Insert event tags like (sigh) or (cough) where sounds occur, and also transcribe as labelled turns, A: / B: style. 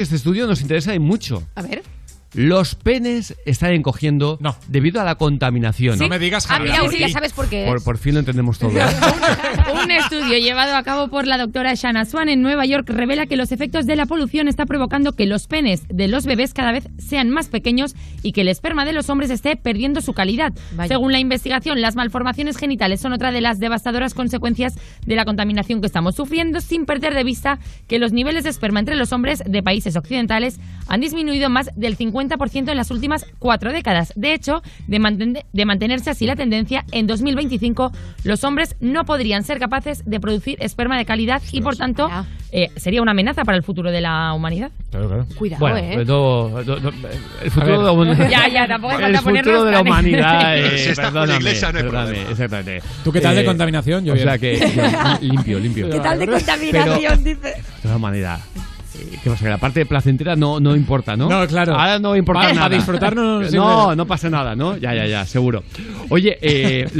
A: Este estudio nos interesa y mucho.
B: A ver.
A: Los penes están encogiendo
C: No.
A: debido a la contaminación.
C: No me digas,
B: Ah,
C: Javier.
B: mira,
C: por
B: sí, ya
C: ti.
B: sabes por qué.
A: Por,
B: es.
A: por fin lo entendemos
B: (laughs)
A: todo.
D: (laughs)
A: ¿eh?
D: Un estudio llevado a cabo por la doctora Shanna Swan en Nueva York revela que los efectos de la polución está provocando que los penes de los bebés cada vez sean más pequeños y que el esperma de los hombres esté perdiendo su calidad.
B: Vaya.
D: Según la investigación, las malformaciones genitales son otra de las devastadoras consecuencias de la contaminación que estamos sufriendo, sin perder de vista que los niveles de esperma entre los hombres de países occidentales han disminuido más del 50% en las últimas cuatro décadas. De hecho, de, manten- de mantenerse así la tendencia, en 2025 los hombres no podrían ser capaces de producir esperma de calidad y, por tanto,
B: Ya.
D: eh, sería una amenaza para el futuro de la
A: (laughs)
D: humanidad.
C: Claro, claro.
B: Cuidado,
A: Bueno,
B: eh.
A: pues no- no- no- el futuro
C: A ver.
A: de la humanidad.
D: Ya, ya,
A: (laughs)
D: tampoco hace
A: el
D: falta ponernos
A: futuro de la
D: planes. (laughs)
A: humanidad. eh,
E: Si estás con la
A: perdóname,
E: iglesia, no hay
A: perdóname,
E: problema.
A: exactamente.
C: ¿Tú qué tal de
A: Eh,
C: contaminación,
A: O
C: Jovian?
A: sea que yo, limpio, limpio.
B: ¿Qué tal de
C: Pero-
B: contaminación? dice?
A: De todas maneras, eh, ¿qué pasa? Que la parte placentera no, no importa, ¿no?
C: No, claro.
A: Ahora no importa
C: Para-
A: nada. (laughs)
C: para disfrutar no nos sirve. (laughs)
A: no, no pasa nada, ¿no? Ya, ya, ya, seguro. Oye, eh,